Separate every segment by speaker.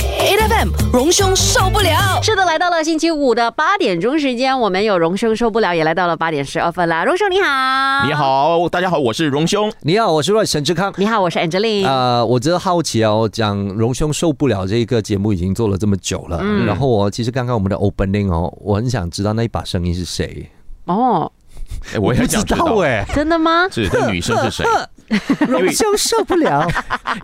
Speaker 1: FM，荣兄受不了。
Speaker 2: 是的，来到了星期五的八点钟时间，我们有荣兄受不了，也来到了八点十二分啦。荣兄你好，
Speaker 3: 你，好，大家好，我是荣兄。
Speaker 4: 你好，我是沈志康。
Speaker 2: 你好，我是 Angeline。
Speaker 4: 呃，我真的好奇哦，讲荣兄受不了这个节目已经做了这么久了，
Speaker 2: 嗯
Speaker 4: 然后我其实刚刚我们的 opening 哦，我很想知道那一把声音是谁，
Speaker 2: 哦，
Speaker 3: 哎我也很想知道，
Speaker 4: 哎、
Speaker 2: 真的吗？
Speaker 3: 是这女生是谁？
Speaker 4: 荣兄受 不了，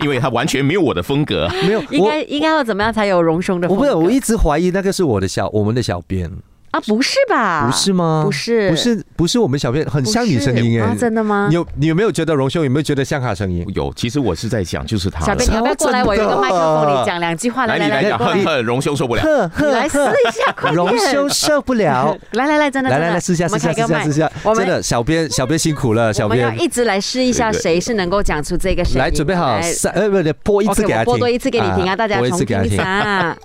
Speaker 3: 因为她完全没有我的风格。
Speaker 4: 没有，
Speaker 2: 应
Speaker 4: 我
Speaker 2: 该应该要怎么样才有荣兄的
Speaker 4: 我
Speaker 2: 风
Speaker 4: 不
Speaker 2: 格？
Speaker 4: 是，我一直怀疑那个是我的小我们的小编，
Speaker 2: 啊，不是吧？
Speaker 4: 不是吗？
Speaker 2: 不是
Speaker 4: 不是，不是我们小编，很
Speaker 2: 不是，
Speaker 4: 像你声音
Speaker 2: 啊
Speaker 4: 哎，
Speaker 2: 真的吗
Speaker 4: 你？有你有没有觉得荣兄有没有觉得像他声音？
Speaker 3: 有，其实我是在想，就是她
Speaker 2: 小
Speaker 3: 了。
Speaker 2: 贝，你要不要过来？
Speaker 4: 超
Speaker 2: 我
Speaker 4: 啊真
Speaker 2: 有
Speaker 4: 的啊
Speaker 2: 个麦克风，你讲两句话。
Speaker 3: 来，
Speaker 2: 来
Speaker 3: 你
Speaker 2: 来
Speaker 3: 来
Speaker 2: 来，
Speaker 3: 讲，
Speaker 2: 过来
Speaker 3: 恨恨荣兄受不 了。
Speaker 4: 呵
Speaker 2: 你
Speaker 4: 呵
Speaker 2: 来试
Speaker 4: 呵，
Speaker 2: 一 下，快
Speaker 4: 荣兄
Speaker 2: 点。
Speaker 4: 受不了。
Speaker 2: 来来来，真的，
Speaker 4: 来
Speaker 2: 真
Speaker 4: 来
Speaker 2: 的
Speaker 4: 来，试一下，
Speaker 2: 我
Speaker 4: 试一
Speaker 2: 们开
Speaker 4: 下，试一
Speaker 2: 个
Speaker 4: 下，
Speaker 2: 麦
Speaker 4: 试一下。
Speaker 2: 我
Speaker 4: 真
Speaker 2: 们
Speaker 4: 的，小编，小编辛苦了，小
Speaker 2: 我们
Speaker 4: 编
Speaker 2: 要。一直来试一下
Speaker 3: 对对
Speaker 2: 谁是能够讲出这个声音。
Speaker 4: 来，准备好
Speaker 2: 来
Speaker 4: 三，呃，不对，播一次
Speaker 2: OK，
Speaker 4: 给他
Speaker 2: 我
Speaker 4: 听，
Speaker 2: 播多一次给你听啊，大家
Speaker 4: 播一
Speaker 2: 重
Speaker 4: 次给
Speaker 2: 听
Speaker 4: 他
Speaker 2: 一
Speaker 4: 听
Speaker 2: 下。啊。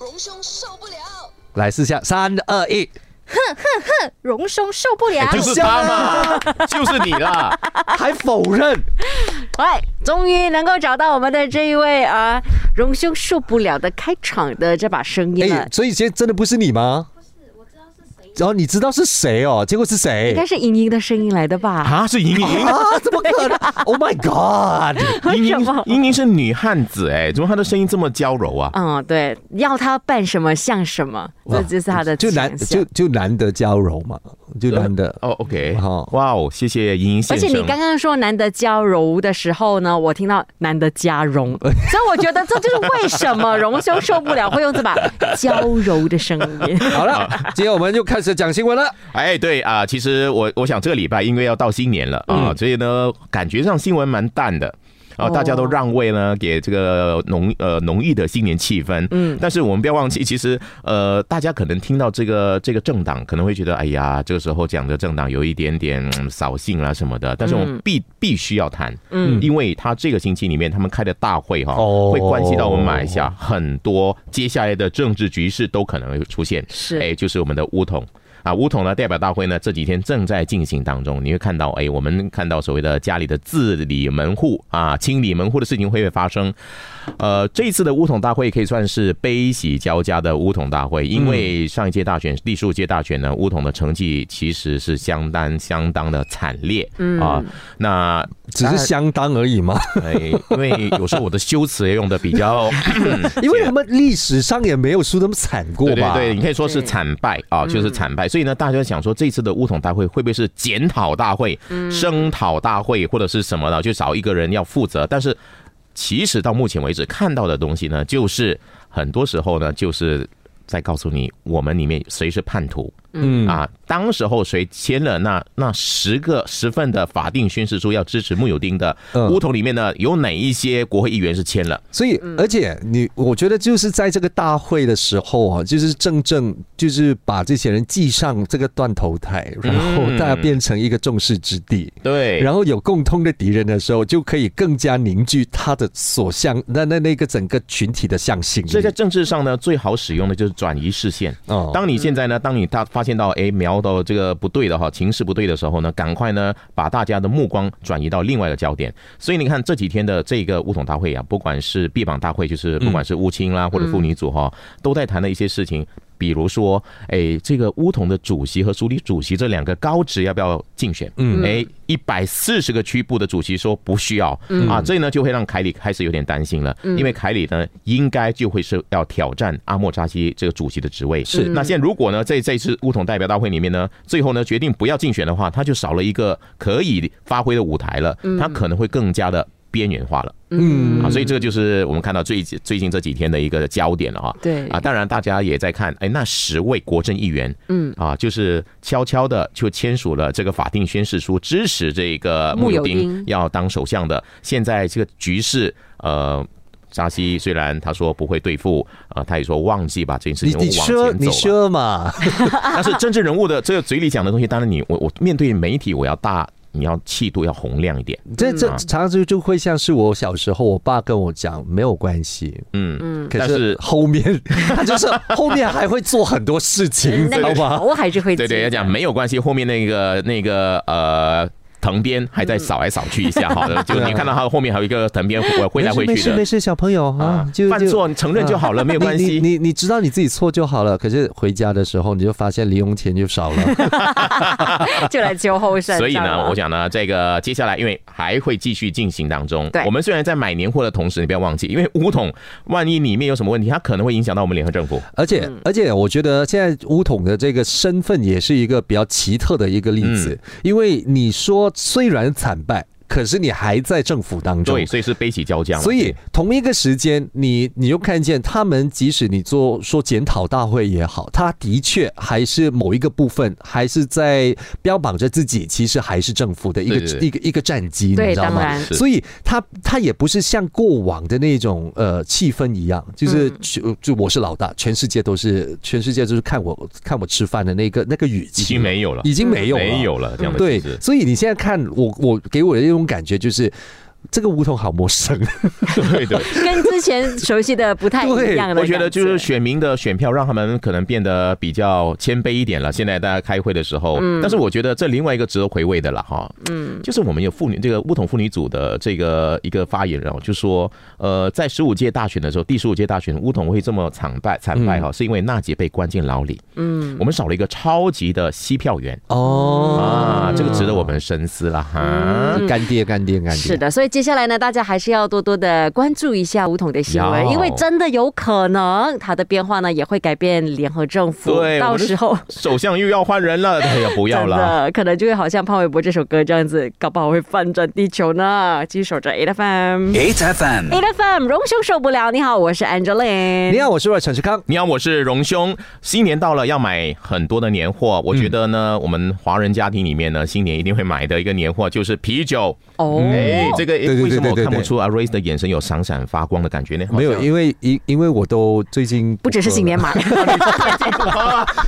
Speaker 1: 荣兄受不了，
Speaker 4: 来试下，三二 一，
Speaker 1: 荣兄受不了
Speaker 3: 哎就是她嘛， 就是你啦。
Speaker 4: 还否认？
Speaker 2: 喂，哎终于能够找到我们的这一位啊，荣兄受不了的开场的这把声音了
Speaker 4: 哎，，所以现在真的不是你吗？不是，我知道是谁。哦，你知道是谁哦？结果是谁
Speaker 2: 应？该是莹莹的声音来的吧？
Speaker 3: 啊，是莹莹，
Speaker 4: 啊，怎么可能？Oh my god！
Speaker 3: 莹
Speaker 2: 为什么
Speaker 3: 莹，莹莹是女汉子哎，怎么她的声音这么娇柔啊？
Speaker 2: 嗯，对，要他扮什么像什么， 这就是他的
Speaker 4: 就
Speaker 2: 强
Speaker 4: 难
Speaker 2: 项
Speaker 4: 就就难得娇柔嘛，就 难得。
Speaker 3: 哦，OK，
Speaker 4: 好
Speaker 3: 哇哦，谢谢莹莹
Speaker 2: 而
Speaker 3: 先
Speaker 2: 且
Speaker 3: 生。
Speaker 2: 你刚刚说难得娇柔的时候呢，我听到难得嘉荣，
Speaker 3: 呃
Speaker 2: 所以我觉得这就是为什么荣兄受不了会用这 把娇柔的声音。
Speaker 4: 好了，今天我们就开始讲新 闻了。
Speaker 3: 哎，对啊、其实我我想这个礼拜因为要到新年了啊、所以呢，感觉上新闻蛮淡的。啊，
Speaker 2: 哦
Speaker 3: 大家都让位呢，给这个浓呃浓郁的新年气氛。嗯，但是我们不要忘记，其实呃，大家可能听到这个这个政党，可能会觉得，哎呀，这个时候讲的政党有一点点嗯扫兴啦、什么的。但是我们必、必须要谈，嗯，因为他这个星期里面他们开的大会哈、
Speaker 4: 哦
Speaker 3: 会关系到我们马来西亚很多接下来的政治局势都可能会出现。
Speaker 2: 是
Speaker 3: 哎，就是我们的乌统啊，乌统呢代表大会呢这几天正在进行当中，你会看到，哎，我们看到所谓的家里的自理门户啊、清理门户的事情会不会发生？呃，这一次的乌统大会可以算是悲喜交加的乌统大会，因为上一届大选、第十五届大选呢，乌统的成绩其实是相当相当的惨烈，嗯啊，那
Speaker 4: 只是相当而已嘛，
Speaker 3: 哎，因为有时候我的修辞也用的比较
Speaker 4: 因为他们历史上也没有输那么惨过
Speaker 3: 对
Speaker 4: 吧？
Speaker 3: 对对，你可以说是惨败啊，就是惨败。所以呢，大家想说这次的乌统大会会不会是检讨大会、声讨大会或者是什么的，就找一个人要负责？但是其实到目前为止看到的东西呢，就是很多时候呢，就是在告诉你我们里面谁是叛徒。
Speaker 4: 嗯
Speaker 3: 啊，当时候谁签了那那十个十份的法定宣誓书要支持穆友丁的
Speaker 4: 嗯
Speaker 3: 乌统里面呢，有哪一些国会议员是签了？
Speaker 4: 所以，而且你，我觉得就是在这个大会的时候啊，就是正正就是把这些人记上这个断头台，然后大家变成一个众矢之的，
Speaker 3: 嗯对，
Speaker 4: 然后有共通的敌人的时候，就可以更加凝聚他的所向那那那个整个群体的向心力。
Speaker 3: 所以在政治上呢，最好使用的就是转移视线。
Speaker 4: 哦
Speaker 3: 当你现在呢，当你大发现到哎瞄到这个不对的哈，情势不对的时候呢，赶快呢把大家的目光转移到另外一个焦点。所以你看这几天的这个乌统大会啊，不管是毕榜大会，就是不管是乌青啦或者妇女组哈，都在谈的一些事情。比如说，哎，这个乌统的主席和署理主席这两个高职要不要竞选？嗯，哎，一百四十个区部的主席说不需要、啊，这呢就会让凯里开始有点担心了，因为凯里呢应该就会是要挑战阿莫扎西这个主席的职位。是，那现在如果呢在这一次乌统代表大会里面呢，最后呢决定不要竞选的话，他就少了一个可以发挥的舞台了，他可能会更加的边缘化了。
Speaker 4: 嗯
Speaker 3: 啊，所以这个就是我们看到最近最近这几天的一个焦点了哈。
Speaker 2: 对
Speaker 3: 啊，当然大家也在看，哎，那十位国政议员，嗯啊，就是悄悄的就签署了这个法定宣誓书，支持这个
Speaker 2: 穆
Speaker 3: 穆
Speaker 2: 友
Speaker 3: 友
Speaker 2: 丁
Speaker 3: 丁要当首相的。现在这个局势，呃。扎西虽然他说不会对付，啊，他也说忘记把这件事
Speaker 4: 你
Speaker 3: 情
Speaker 4: 你
Speaker 3: 往前走嗯
Speaker 4: 说
Speaker 3: 了。
Speaker 4: 你说 嘛，
Speaker 3: 但是政治人物的这个嘴里讲的东西，当然你我我面对媒体，我要大，你要气度要洪亮一点。
Speaker 4: 这这常常就就会像是我小时候，我爸跟我讲没有关系，
Speaker 3: 嗯，
Speaker 4: 可
Speaker 3: 但
Speaker 4: 是
Speaker 3: 是
Speaker 4: 后面 他就是后面还会做很 多事情，你知
Speaker 2: 那
Speaker 4: 道
Speaker 2: 个
Speaker 4: 吗？
Speaker 2: 头还是会
Speaker 3: 嗯对对，
Speaker 2: 接
Speaker 3: 要讲没有关系，后面那个那个呃。藤编还在扫来扫去一 下，好了，就你看到他后面还有一个藤编挥来挥
Speaker 4: 啊没
Speaker 3: 去
Speaker 4: 事没
Speaker 3: 的
Speaker 4: 事，小朋友啊，就
Speaker 3: 犯
Speaker 4: 就
Speaker 3: 错，你承认就好 了，没有关
Speaker 4: 你
Speaker 3: 系。
Speaker 4: 你你你知道你自己错就好了。可是回家的时候，你就发现零用钱就少了。
Speaker 2: 就来秋后算账
Speaker 3: 所以
Speaker 2: 了
Speaker 3: 呢，我想呢，这个接下来因为还会继续进行当中。
Speaker 2: 对
Speaker 3: 我们虽然在买年货的同时，你不要忘记，因为五桶万一里面有什么问题，它可能会影响到我们联合政府。
Speaker 4: 而且
Speaker 3: 嗯
Speaker 4: 而且，我觉得现在乌统的这个身份也是一个比较奇特的一个例子，
Speaker 3: 嗯
Speaker 4: 因为你说虽然惨败，可是你还在政府当中
Speaker 3: 对，。所以是悲喜交加嘛。
Speaker 4: 所以同一个时间，你你又看见他们，即使你做说检讨大会也好，他的确还是某一个部分，还是在标榜着自己，其实还是政府的一个
Speaker 3: 对对对
Speaker 4: 一个一个战
Speaker 3: 嗯
Speaker 4: 机，你
Speaker 2: 对
Speaker 4: 知道
Speaker 2: 当
Speaker 4: 吗
Speaker 2: 然？
Speaker 3: 是
Speaker 4: 所以他他也不是像过往的那种呃气氛一样，就是
Speaker 2: 嗯
Speaker 4: 就就我是老大，全世界都是全世界都是看我看我吃饭的那个那个语气，
Speaker 3: 已经没有了，
Speaker 4: 已经没有了
Speaker 3: 没有了这样的
Speaker 4: 对
Speaker 3: 机制，。
Speaker 4: 所以你现在看我我给我的一种感觉就是。这个梧桐好陌生，
Speaker 3: 对对，
Speaker 2: 跟之前熟悉的不太一样的感
Speaker 3: 我觉得就
Speaker 2: 觉
Speaker 3: 是选民的选票让他们可能变得比较谦卑一点
Speaker 2: 嗯
Speaker 3: 了。现在大家开会的时候，但是我觉得这另外一个值得回味的了哈，嗯，就是我们有妇女这个乌统妇女组的这个一个发言人哦，就说呃，在十五届大选的时候，第十五届大选乌统会这么惨败惨败
Speaker 2: 嗯
Speaker 3: 哈，是因为娜姐被关进牢里，嗯，我们少了一个超级的吸票员
Speaker 4: 哦
Speaker 3: 啊，这个值得我们深思了哈。
Speaker 2: 嗯
Speaker 4: 干爹干爹干爹，
Speaker 2: 是，的，所以接下来呢，大家还是要多多的关注一下武统的新闻，
Speaker 3: 要
Speaker 2: 因为真的有可能它的变化呢也会改变联合政府，
Speaker 3: 对，
Speaker 2: 到时候
Speaker 3: 我们的首相又要换人了，哎呀，不要
Speaker 2: 真
Speaker 3: 了。
Speaker 2: 的可能就会好像潘玮柏这首歌这样子，搞不好会翻转地球呢。继续守着 A F M。
Speaker 5: 8FM
Speaker 2: A F M，荣兄受不了。你好，我是 Angeline。
Speaker 4: 你好，我是陈世康。
Speaker 3: 你好，我是荣兄。新年到了，要买很多的年
Speaker 4: 嗯
Speaker 3: 货。我觉得呢，我们华人家庭里面呢，新年一定会买的一个年货就是啤酒。
Speaker 2: 哦，
Speaker 3: 哎，这个
Speaker 4: 对对
Speaker 3: 为什么我
Speaker 4: 对对
Speaker 3: 看不
Speaker 4: 对
Speaker 3: 出阿 Race 的眼神有闪闪发光的感觉呢？
Speaker 4: 没有，因为因因为我都最近
Speaker 2: 不只是新年买，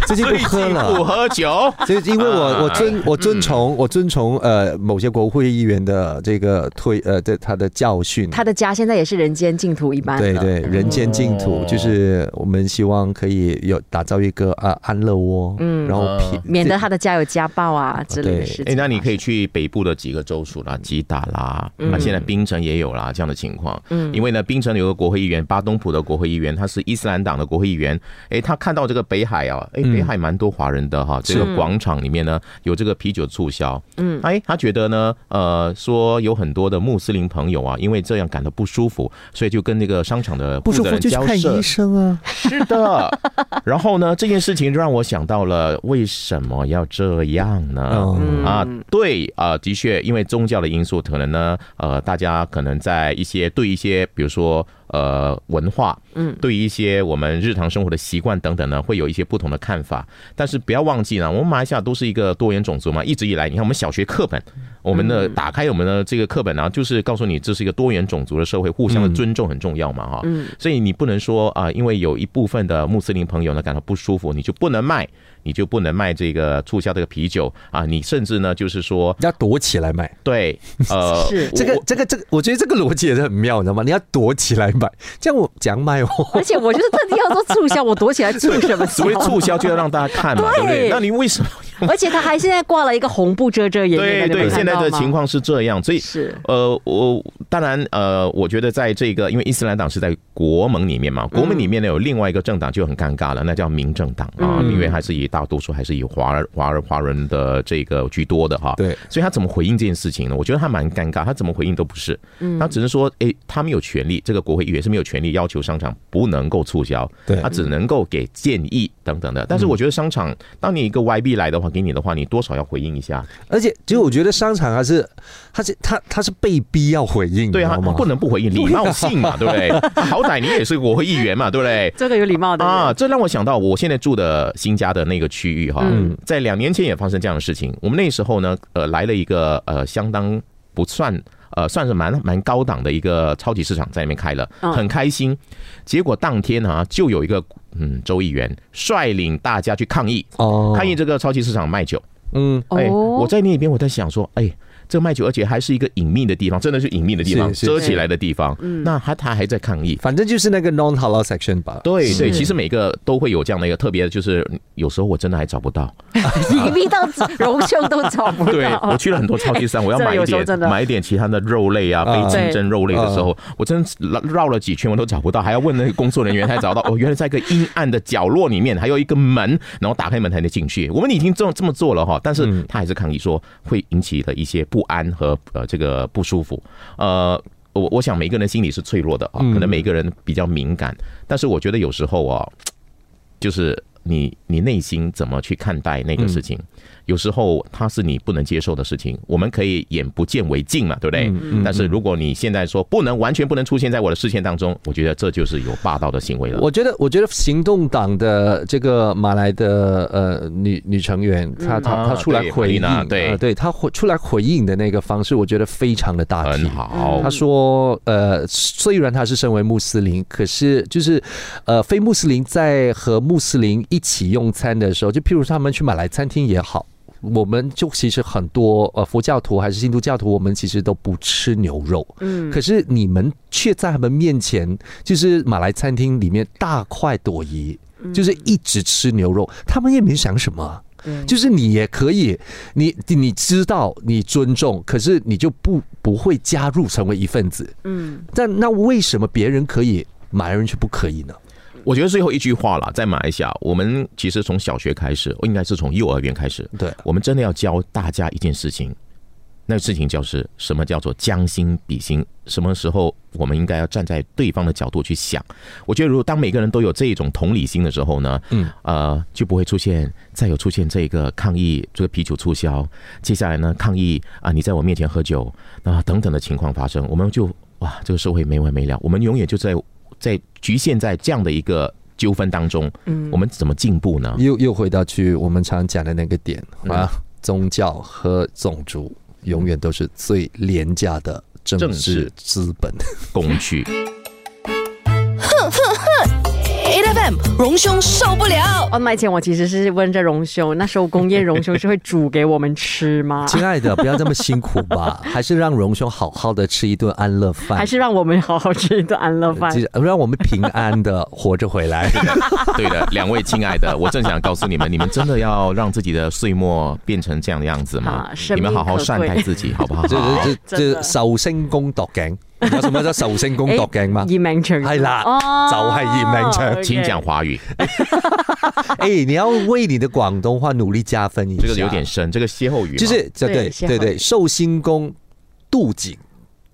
Speaker 4: 最近
Speaker 3: 最
Speaker 4: 不
Speaker 3: 近
Speaker 4: 喝
Speaker 3: 不
Speaker 4: 了，
Speaker 3: 喝酒。
Speaker 4: 所以因为我我遵我遵从我遵从呃某些国会议员的这个推呃的他的教训，
Speaker 2: 他的家现在也是人间净土一般
Speaker 4: 对
Speaker 2: 了
Speaker 4: 对人间净土，就是我们希望可以有打造一个啊安乐窝，嗯，然后平
Speaker 2: 免得他的家有家暴啊之类的事情。
Speaker 3: 哎，那你可以去北部的几个州属啦，吉打啦，
Speaker 4: 嗯
Speaker 3: 啊，现在槟城也有啦这样的情况。嗯，因为呢，槟城有个国会议员，巴东普的国会议员，他是伊斯兰党的国会议员。哎，他看到这个北海啊，哎，北海蛮多华人的哈，这个广场里面呢有这个啤酒促销。嗯，哎，他觉得呢，呃，说有很多的穆斯林朋友啊，因为这样感到不舒服，所以就跟那个商场的
Speaker 4: 不
Speaker 3: 负
Speaker 4: 舒
Speaker 3: 责
Speaker 4: 服
Speaker 3: 人
Speaker 4: 就去
Speaker 3: 交
Speaker 4: 看
Speaker 3: 涉
Speaker 4: 医生啊，
Speaker 3: 是的， 然后呢，这件事情让我想到了为什么要这样呢？
Speaker 4: 嗯
Speaker 3: 啊，对啊、呃的确，因为宗教的因素，可能呢，呃，大家可能在一些对一些，比如说呃文化，嗯，对一些我们日常生活的习惯等等呢，会有一些不同的看法。但是不要忘记呢，我们马来西亚都是一个多元种族嘛，一直以来，你看我们小学课本，我们
Speaker 4: 嗯
Speaker 3: 的打开我们的这个课本啊，就是告诉你这是一个多元种族的社会，互相的尊重很重要嘛，哈。
Speaker 4: 嗯
Speaker 3: 所以你不能说啊、因为有一部分的穆斯林朋友呢感到不舒服，你就不能卖，你就不能卖这个促销这个啤酒啊，你甚至呢就是说
Speaker 4: 要躲起来买。
Speaker 3: 对，呃，
Speaker 2: 是
Speaker 3: 我
Speaker 4: 这个这个这个，我觉得这个逻辑也是很妙，你知道吗？你要躲起来买，这样我讲买哦。
Speaker 2: 而且我就是特地要做促销，我躲起来促什么销
Speaker 3: 所谓？促销就要让大家看嘛，对不对？
Speaker 2: 对
Speaker 3: 那你为什么？
Speaker 2: 而且他还现在挂了一个红布遮遮掩掩的，你
Speaker 3: 对
Speaker 2: 们
Speaker 3: 对，
Speaker 2: 看
Speaker 3: 现在
Speaker 2: 到
Speaker 3: 的
Speaker 2: 吗
Speaker 3: 情况是这样，所以
Speaker 2: 是
Speaker 3: 呃，我当然呃，我觉得在这个，因为伊斯兰党是在国盟里面嘛，国盟里面呢有另外一个政党就很尴尬了，那叫民政党啊，因为还是以大多数还是以华人华人华人的这个居多的哈。
Speaker 4: 对，
Speaker 3: 所以他怎么回应这件事情呢？我觉得他蛮尴尬，他怎么回应都不是，他只是说，诶，他们有权利，这个国会议员是没有权利要求商场不能够促销，
Speaker 4: 对嗯
Speaker 3: 他只能够给建议等等的。但是我觉得商场，当你一个 YB 来的话，给你的话，你多少要回应一下。
Speaker 4: 而且，其实我觉得商场还是，他是他他是被逼要回应，
Speaker 3: 对
Speaker 4: 你
Speaker 3: 啊，
Speaker 4: 知道吗
Speaker 3: 不能不回应，礼貌性嘛，对不对？好歹你也是国会议员嘛，对不对？
Speaker 2: 这个有礼貌的人
Speaker 3: 啊，这让我想到我现在住的新家的那个区域哈，在两年前也发生这样的事情。我们那时候呢，呃，来了一个呃，相当不算。呃，算是蛮蛮高档的一个超级市场在那边开了，
Speaker 2: 嗯
Speaker 3: 很开心。结果当天啊，就有一个嗯州议员率领大家去抗议，
Speaker 4: 哦
Speaker 3: 抗议这个超级市场卖酒。
Speaker 4: 嗯，
Speaker 3: 哎，
Speaker 2: 哦
Speaker 3: 我在那边我在想说，哎，这个卖酒，而且还是一个隐秘的地方，真的是隐秘的地方，
Speaker 4: 是是
Speaker 3: 遮起来的地方。那他他还在抗议。
Speaker 4: 反正就是那个 non halal section 吧。
Speaker 3: 对啊
Speaker 2: 是
Speaker 3: 对，其实每个都会有这样的一个特别，就是有时候我真的还找不到。
Speaker 2: 隐蔽到荣兄都找不
Speaker 3: 对我
Speaker 2: 到。
Speaker 3: 去了很多超 市上，我要
Speaker 2: 这
Speaker 3: 买一
Speaker 2: 有时候
Speaker 3: 点
Speaker 2: 真的
Speaker 3: 买一点其他的肉类啊，
Speaker 4: 啊
Speaker 3: 非清蒸肉类的时候，我真是绕绕了几圈我都找不到，还要问那个工作人员才找到。哦，原来在一个阴暗的角落里面还有一个门，然后打开门才能进去。我们已经这么这么做了哈，但是他还是抗议说会引起的一些不安和呃这个不舒服，呃。我我想每个人心里是脆弱的啊，可能每个人比较敏感，但是我觉得有时候啊，就是你你内心怎么去看待那个事情，有时候它是你不能接受的事情，我们可以眼不见为净嘛，对不对？但是如果你现在说不能完全不能出现在我的视线当中，我觉得这就是有霸道的行为了。
Speaker 4: 我觉得，我觉得行动党的这个马来的呃女女成员，她她
Speaker 3: 啊
Speaker 4: 她出来
Speaker 3: 对
Speaker 4: 回应，
Speaker 3: Marina，对
Speaker 4: 呃对她回出来回应的那个方式，我觉得非常的大体
Speaker 3: 很。好
Speaker 4: 他，说，呃，虽然他是身为穆斯林，可是就是，呃，非穆斯林在和穆斯林一起用餐的时候，就譬如他们去马来餐厅也好。我们就其实很多呃佛教徒还是印度教徒，我们其实都不吃牛肉，嗯，可是你们却在他们面前，就是马来餐厅里面大快朵颐，就是一直吃牛肉，他们也没想什么啊，就是你也可以，你你知道，你尊重，可是你就不不会加入成为一份子。
Speaker 2: 嗯，
Speaker 4: 但那为什么别人可以，马来人却不可以呢？
Speaker 3: 我觉得最后一句话了，在马来西亚，我们其实从小学开始，哦应该是从幼儿园开始，
Speaker 4: 对，
Speaker 3: 我们真的要教大家一件事情，那个事情就是什么叫做将心比心，什么时候我们应该要站在对方的角度去想。我觉得，如果当每个人都有这一种同理心的时候呢，
Speaker 4: 嗯，
Speaker 3: 呃，就不会出现再有出现这个抗议这个啤酒促销，接下来呢抗议啊你在我面前喝酒啊等等的情况发生，我们就哇这个社会没完没了，我们永远就在在局限在这样的一个纠纷当中，嗯，我们怎么进步呢？
Speaker 4: 又又回到去我们常讲的那个点
Speaker 2: 嗯
Speaker 4: 啊，宗教和种族永远都是最廉价的政
Speaker 3: 政
Speaker 4: 治
Speaker 3: 治
Speaker 4: 资本。
Speaker 3: 工具。
Speaker 1: A F M，荣兄受不了。
Speaker 2: 哦，麦前我其实是问这荣兄，那时候工业荣兄是会煮给我们吃 吗？
Speaker 4: 亲爱的，不要这么辛苦吧，还是让荣兄好好的吃一顿安乐 饭，
Speaker 2: 还是让我们好好吃一顿安乐饭
Speaker 4: 其？实让我们平安的活着回来。
Speaker 3: 对的，两位亲爱的，我正想告诉你们，你们真的要让自己的岁末变成这样的样子吗？
Speaker 2: 啊生
Speaker 3: 你
Speaker 2: 命
Speaker 3: 们好好
Speaker 2: 可贵
Speaker 3: 善待自己，好不好？
Speaker 4: 这这
Speaker 2: 真
Speaker 4: 这
Speaker 2: 的
Speaker 4: 这寿星公度頸，有什麼叫壽 星公
Speaker 2: 哎
Speaker 4: 度頸嘛？
Speaker 2: 以命長
Speaker 4: 係啦
Speaker 2: 哦
Speaker 4: 就係以命長
Speaker 2: OK
Speaker 3: 请讲华语，
Speaker 4: 哎、你要为你的广东话努力加分一下。
Speaker 3: 这个有点，深，这个歇后语嘛
Speaker 4: 就是对
Speaker 2: 对
Speaker 4: 对
Speaker 2: 歇
Speaker 4: 对
Speaker 2: 後
Speaker 4: 对，寿星公度景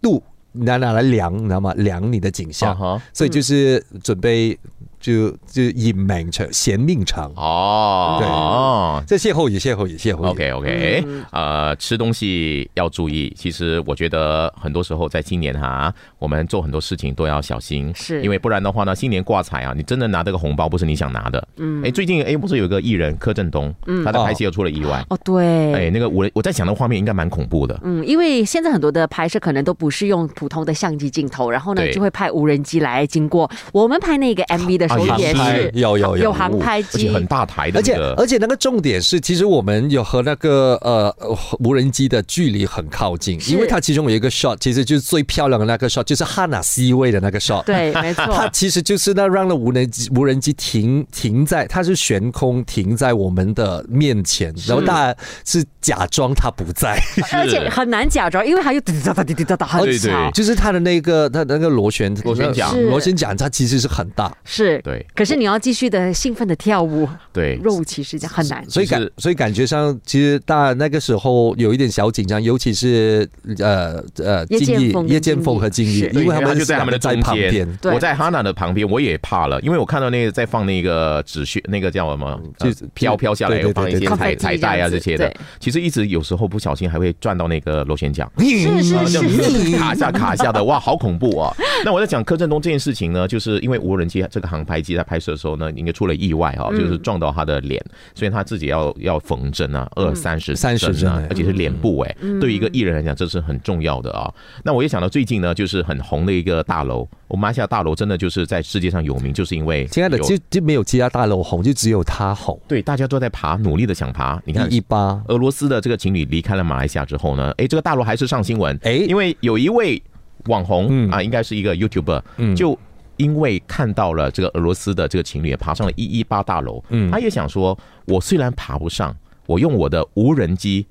Speaker 4: 度，拿拿来量，你知道吗？量你的景
Speaker 3: 啊
Speaker 4: 象，
Speaker 3: 哈
Speaker 4: 所以就是准备就就以命长，嫌命长。
Speaker 3: 哦
Speaker 4: 对
Speaker 3: 哦。
Speaker 4: 这歇后语，歇后语，歇后语。
Speaker 3: OK OK，、呃，
Speaker 2: 嗯
Speaker 3: 吃东西要注意。其实我觉得很多时候在新年哈、我们做很多事情都要小心，
Speaker 2: 是
Speaker 3: 因为不然的话呢，新年挂彩啊，你真的拿这个红包不是你想拿的。嗯，哎，最近哎，不是有个艺人柯震东，嗯，他在拍戏又出了意外，
Speaker 2: 哦，
Speaker 4: 嗯
Speaker 2: 对，
Speaker 3: 哎，那个我我在想那个画面应该蛮恐怖的。
Speaker 2: 嗯，因为现在很多的拍摄可能都不是用普通的相机镜头，然后呢
Speaker 3: 对
Speaker 2: 就会拍无人机来经过。我们拍那个 MV 的时候
Speaker 3: 航
Speaker 2: 也
Speaker 3: 啊拍
Speaker 2: 是
Speaker 4: 有有有
Speaker 2: 有航拍
Speaker 3: 哦而且
Speaker 2: 机，
Speaker 3: 很大台的、那
Speaker 4: 而且
Speaker 3: 个，
Speaker 4: 而且那个重点是，其实我们有和那个呃无人机的距离很靠近，
Speaker 2: 是
Speaker 4: 因为它其中有一个 shot，其实就是最漂亮的那个 shot，就是汉娜 C 位的那个 shot。
Speaker 2: 对，没
Speaker 4: 它
Speaker 2: 错，
Speaker 4: 其实就是那让了无人机无人机停停在，它是悬空停在我们的面前，然后大家是假装它不在，
Speaker 2: 而且很难假装，因为它又滴滴答答滴滴答答很
Speaker 3: 对对
Speaker 2: 吵，
Speaker 4: 就是它的那个它的那个螺旋
Speaker 3: 螺旋桨
Speaker 2: 是
Speaker 4: 螺旋桨它其实是很大，
Speaker 2: 是。
Speaker 3: 对
Speaker 2: 可是你要继续的兴奋的跳舞，
Speaker 3: 对，
Speaker 2: 若无其事这样很难。
Speaker 4: 所以感
Speaker 3: 是
Speaker 4: 所以感觉上，其实大那个时候有一点小紧张，尤其是呃呃，
Speaker 2: 叶
Speaker 4: 敬
Speaker 2: 剑
Speaker 4: 意
Speaker 2: 锋跟
Speaker 4: 叶剑锋和敬意，
Speaker 2: 是
Speaker 4: 因为
Speaker 3: 对
Speaker 4: 他们
Speaker 3: 就在他们的
Speaker 4: 在
Speaker 3: 中
Speaker 4: 旁边
Speaker 3: 间，
Speaker 2: 对
Speaker 3: 我在哈娜的旁边，我也怕了，因为我看到那个在放那个纸屑，那个叫什么，
Speaker 4: 嗯就
Speaker 3: 呃
Speaker 4: 是
Speaker 3: 飘飘下来，
Speaker 4: 对对
Speaker 3: 有放一些
Speaker 4: 对对
Speaker 3: 彩
Speaker 2: confetti
Speaker 3: 彩带啊
Speaker 2: 这样子
Speaker 3: 这些的
Speaker 2: 对。
Speaker 3: 其实一直有时候不小心还会转到那个螺旋桨。
Speaker 2: 是
Speaker 4: 嗯
Speaker 3: 啊
Speaker 2: 是
Speaker 3: 这样
Speaker 2: 是，
Speaker 3: 啊 卡一下卡一下的，哇，好恐怖哦！那我在讲柯震东这件事情呢，就是因为无人机这个航拍机在拍摄的时候呢，应该出了意外哈、就是撞到他的脸，所以他自己要要缝针啊，二三十
Speaker 4: 30针
Speaker 3: 啊
Speaker 4: 哎，
Speaker 3: 而且是脸部哎、对于一个艺人来讲，这是很重要的啊。那我也想到最近呢，就是很红的一个大楼，我们马来西亚大楼真的就是在世界上有名，就是因为
Speaker 4: 亲爱的，
Speaker 3: 有
Speaker 4: 就就没有其他大楼红，就只有他红。
Speaker 3: 对大家都在爬，努力的想爬，你看
Speaker 4: 一一八，
Speaker 3: 俄罗斯的这个情侣离开了马来西亚之后呢，诶，这个大陆还是上新闻，
Speaker 4: 诶
Speaker 3: 因为有一位网红、
Speaker 4: 嗯
Speaker 3: 啊，应该是一个 YouTuber，、就因为看到了这个俄罗斯的这个情侣爬上了一一八大楼，
Speaker 4: 嗯
Speaker 3: 他也想说，我虽然爬不上，我用我的无人机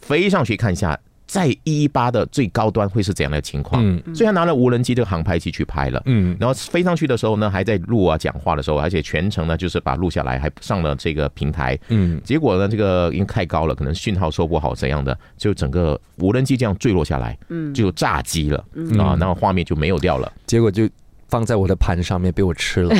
Speaker 3: 飞上去看一下。在一一八的最高端会是怎样的情况？
Speaker 4: 嗯
Speaker 3: 所以他拿了无人机这个航拍器去拍了。
Speaker 4: 嗯，
Speaker 3: 然后飞上去的时候呢，还在录啊讲话的时候，而且全程呢就是把录下来，还上了这个平台。
Speaker 4: 嗯，
Speaker 3: 结果呢，这个因为太高了，可能讯号收不好怎样的，就整个无人机这样坠落下来，嗯，就炸机了、嗯、啊，然后画面就没有掉了。
Speaker 4: 结果就放在我的盘上面被我吃了。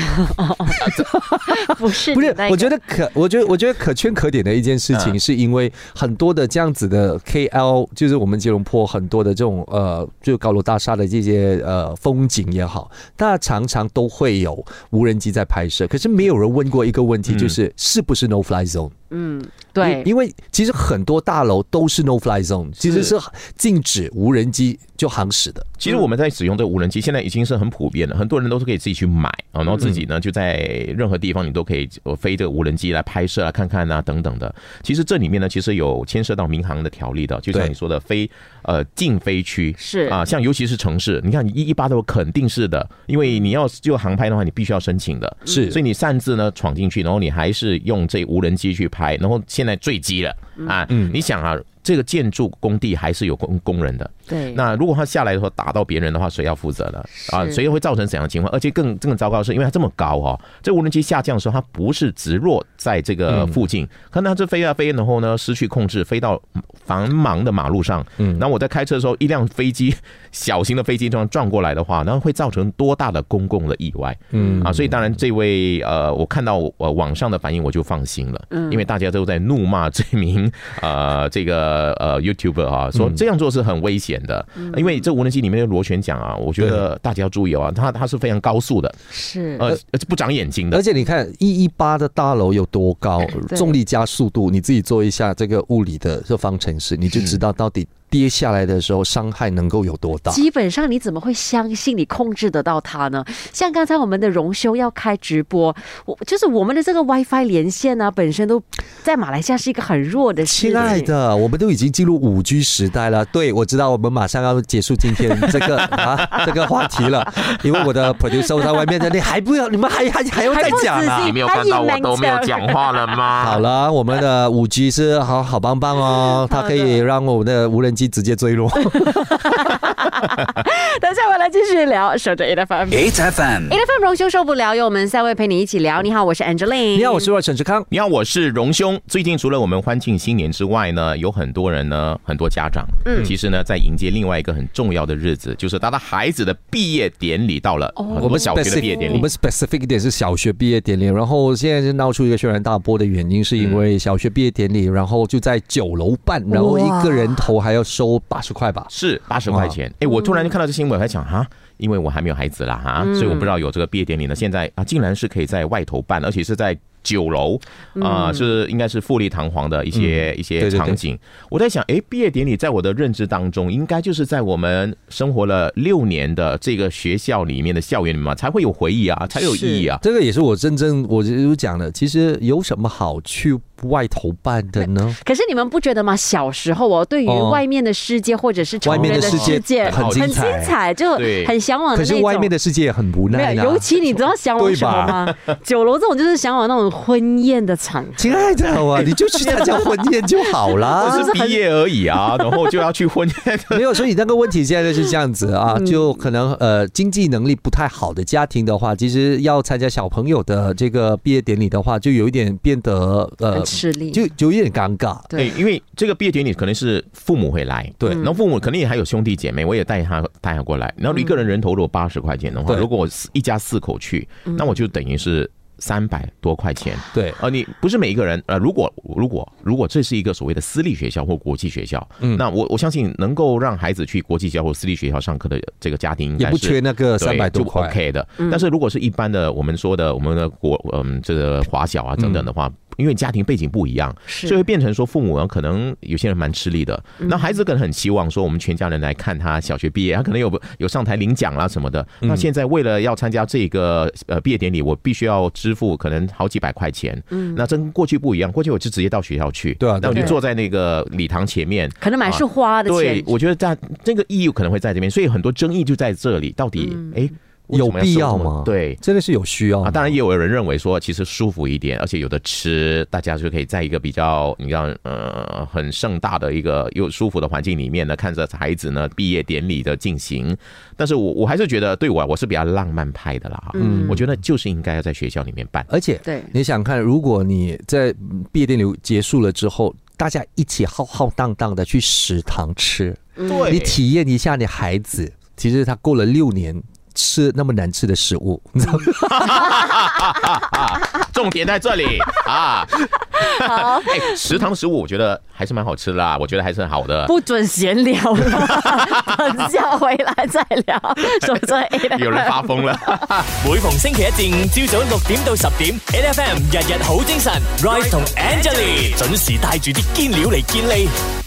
Speaker 2: 不是
Speaker 4: 不是
Speaker 2: 你那，个嗯
Speaker 4: 我觉得可，我觉得我觉得可圈可点的一件事情，是因为很多的这样子的 KL，就是我们吉隆坡很多的这种呃，就高楼大厦的这些呃风景也好，它常常都会有无人机在拍摄，可是没有人问过一个问题，
Speaker 3: 嗯
Speaker 4: 就是是不是 No Fly Zone？
Speaker 2: 嗯，对
Speaker 4: 因，因为其实很多大楼都是 No Fly Zone，其实是禁止无人机就航驶的。
Speaker 3: 其实我们在使用这个无人机，现在已经是很普遍了，很多人都是可以自己去买啊，然后自己呢就在任何地方你都可以呃飞这个无人机来拍摄啊、看看啊等等的。其实这里面呢，其实有牵涉到民航的条例的，就像
Speaker 4: 对
Speaker 3: 你说的飞呃禁飞区
Speaker 2: 是
Speaker 3: 啊，像尤其是城市，你看你一一八的肯定是的，因为你要就航拍的话，你必须要申请的，
Speaker 4: 是
Speaker 3: 所以你擅自呢闯进去，然后你还是用这无人机去拍，然后现在坠机了啊！你想啊，这个建筑工地还是有工工人的，
Speaker 2: 对，
Speaker 3: 那如果他下来的时候打到别人的话，谁要负责呢？啊，
Speaker 2: 是
Speaker 3: 谁会造成怎样的情况？而且更更糟糕的是，因为它这么高哦，这无人机下降的时候，它不是直落在这个
Speaker 2: 嗯
Speaker 3: 附近，可能它这飞啊飞，然后呢失去控制，飞到繁忙的马路上。嗯，那我在开车的时候，一辆飞机，小型的飞机这样撞过来的话，那会造成多大的公共的意外？
Speaker 4: 嗯
Speaker 3: 啊，所以当然这位呃，我看到呃网上的反应我就放心了，因为大家都在怒骂这名 呃这个呃 YouTuber 啊，
Speaker 4: 嗯
Speaker 3: 说这样做是很危险的，因为这无人机里面的螺旋桨啊，我觉得大家要注意哦啊，它它是非常高速的，
Speaker 2: 是
Speaker 3: 呃，呃不长眼睛的
Speaker 4: 而。且你看一一八的大楼有多高，
Speaker 2: 哎对
Speaker 4: 重力加速度，你自己做一下这个物理的这方程式，你就知道到底跌下来的时候伤害能够有多大。
Speaker 2: 基本上你怎么会相信你控制得到它呢？像刚才我们的荣兄要开直播，我就是我们的这个 WiFi 连线啊，本身都在马来西亚是一个很弱的事。
Speaker 4: 亲爱，的，我们都已经进入五 G 时代了。对，我知道我们马上要结束今天这 个啊这个话题了，因为我的 producer 在外面的，你还不要，你们还还还要再讲
Speaker 2: 还不仔
Speaker 4: 啊
Speaker 2: 细你没有看到我都没有讲
Speaker 3: 话了吗
Speaker 4: 好，了，我们的五 G 是好好棒棒哦，它可以让我们的无人机直接 坠落。
Speaker 2: 等一下我来继续聊，守着 A F M。
Speaker 5: 8 FM.
Speaker 2: A F M 荣兄受不了，有我们三位陪你一起聊。你好，我是 Angeline。
Speaker 4: 你好，我是阮陈志康。
Speaker 3: 你好，我是荣兄。最近除了我们欢庆新年之外呢，有很多人呢，很多家长，嗯，其实呢，在迎接另外一个很重要的日子，就是他的孩子的毕业典礼到了，很多小学的
Speaker 4: specific-
Speaker 3: 毕业典
Speaker 4: 哦我
Speaker 3: 礼
Speaker 4: 们。specific 一点是小学毕业典礼，然后现在是闹出一个轩然大波的原因，是因为
Speaker 3: 嗯
Speaker 4: 小学毕业典礼，然后就在九楼办，然后一个人头还要收八十块吧。
Speaker 3: 是八十块钱。哎，我突然就看到这新闻，我还想哈，因为我还没有孩子啦哈，所以我不知道有这个毕业典礼呢。现在啊，竟然是可以在外头办，而且是在。九楼啊、是应该是富丽堂皇的一些、一些
Speaker 4: 嗯对对对
Speaker 3: 场景。我在想，哎，毕业典礼在我的认知当中，应该就是在我们生活了六年的这个学校里面的校园里面嘛，才会有回忆啊，才有意义啊。
Speaker 4: 这个也是我真正我就讲的，其实有什么好去外头办的呢？
Speaker 2: 可是你们不觉得吗？小时候哦，对于
Speaker 4: 哦
Speaker 2: 外面的世界或者是成
Speaker 4: 外面
Speaker 2: 人
Speaker 4: 的
Speaker 2: 的
Speaker 4: 世界很
Speaker 2: 很
Speaker 4: 精
Speaker 2: 精
Speaker 4: 彩
Speaker 2: 彩，就
Speaker 3: 对
Speaker 2: 很向往的
Speaker 4: 可
Speaker 2: 那
Speaker 4: 是
Speaker 2: 种。
Speaker 4: 外面的世界也很无奈
Speaker 2: 没
Speaker 4: 呢
Speaker 2: 有，。尤其你知道向往
Speaker 4: 对
Speaker 2: 什么
Speaker 4: 吧
Speaker 2: 吗？ 酒楼这种就是向往那种婚宴的场合。
Speaker 4: 亲爱的啊，你就去参加婚宴就 好啦。
Speaker 3: 只是毕业而已啊，然后就要去婚宴。
Speaker 4: 没有，所以那个问题现在就是这样子
Speaker 2: 嗯
Speaker 4: 啊，就可能呃经济能力不太好的家庭的话，其实要参加小朋友的这个毕业典礼的话，就有一点变得呃
Speaker 2: 很，吃力。
Speaker 4: 就就有点尴尬。
Speaker 3: 对，
Speaker 2: 对，
Speaker 3: 因为这个毕业典礼可能是父母会来，
Speaker 4: 对
Speaker 3: 然后父母肯定还有兄弟姐妹，我也带他带他过来。然后一个人人头如果八十块钱的话，
Speaker 4: 对嗯
Speaker 3: 如果我四一家四口去，那我就等于是。三百多块钱。
Speaker 4: 对
Speaker 3: 呃，你不是每一个人，呃，如果如果如果这是一个所谓的私立学校或国际学校，嗯，那我我相信能够让孩子去国际学校或私立学校上课的这个家庭应该
Speaker 4: 也
Speaker 3: 嗯是
Speaker 4: 不缺那个
Speaker 3: 对
Speaker 4: 三百多
Speaker 3: 就
Speaker 4: 块。
Speaker 3: OK 的。但是如果是一般的，我们说的我们的国嗯这个华小啊等等的
Speaker 4: 嗯
Speaker 3: 话，因为家庭背景不一样，
Speaker 2: 是
Speaker 3: 所以会变成说父母啊可能有些人蛮吃力的。那孩子可能很期望说我们全家人来看他小学毕业，他可能有 有上台领奖啦什么的。
Speaker 4: 嗯
Speaker 3: 那现在为了要参加这个呃毕业典礼，我必须要支付可能好几百块钱。嗯，那真跟过去不一样，过去我就直接到学校去，
Speaker 4: 对啊
Speaker 3: 那我
Speaker 4: 对
Speaker 3: 就
Speaker 4: 啊
Speaker 3: 坐在那个礼堂前面，
Speaker 2: 可能买束花的钱
Speaker 3: 啊对，，我觉得在这个意义可能会在这边，所以很多争议就在这里，到底哎、为什么
Speaker 4: 有必
Speaker 3: 收
Speaker 4: 要
Speaker 3: 这么
Speaker 4: 吗哦
Speaker 3: 对。
Speaker 4: 真的是有需要
Speaker 3: 啊，
Speaker 4: 吗
Speaker 3: 当然也有人认为说，其实舒服一点，而且有的吃，大家就可以在一个比较你让呃很盛大的一个又舒服的环境里面呢，看着孩子呢毕业典礼的进行。但是我我还是觉得，对我我是比较浪漫派的啦，嗯，我觉得就是应该要在学校里面办。
Speaker 4: 而且
Speaker 2: 对
Speaker 4: 你想看，如果你在嗯毕业典礼结束了之后，大家一起浩浩荡荡的去食堂吃，
Speaker 3: 对
Speaker 4: 你体验一下你孩子，其实他过了六年吃那么难吃的食物，你知道吗
Speaker 3: 重点在这里啊！好，哎，食堂的食物我觉得还是蛮好吃的啦，我觉得还是很好的。
Speaker 2: 不准闲聊了， 等下回来再聊。什么 哎叫 A 的？
Speaker 3: 有人发疯了。
Speaker 5: 每逢星期一至五朝早六點到十點，N F M 日日好精神，Rise 同 Angelie 準時帶住啲堅料嚟健利。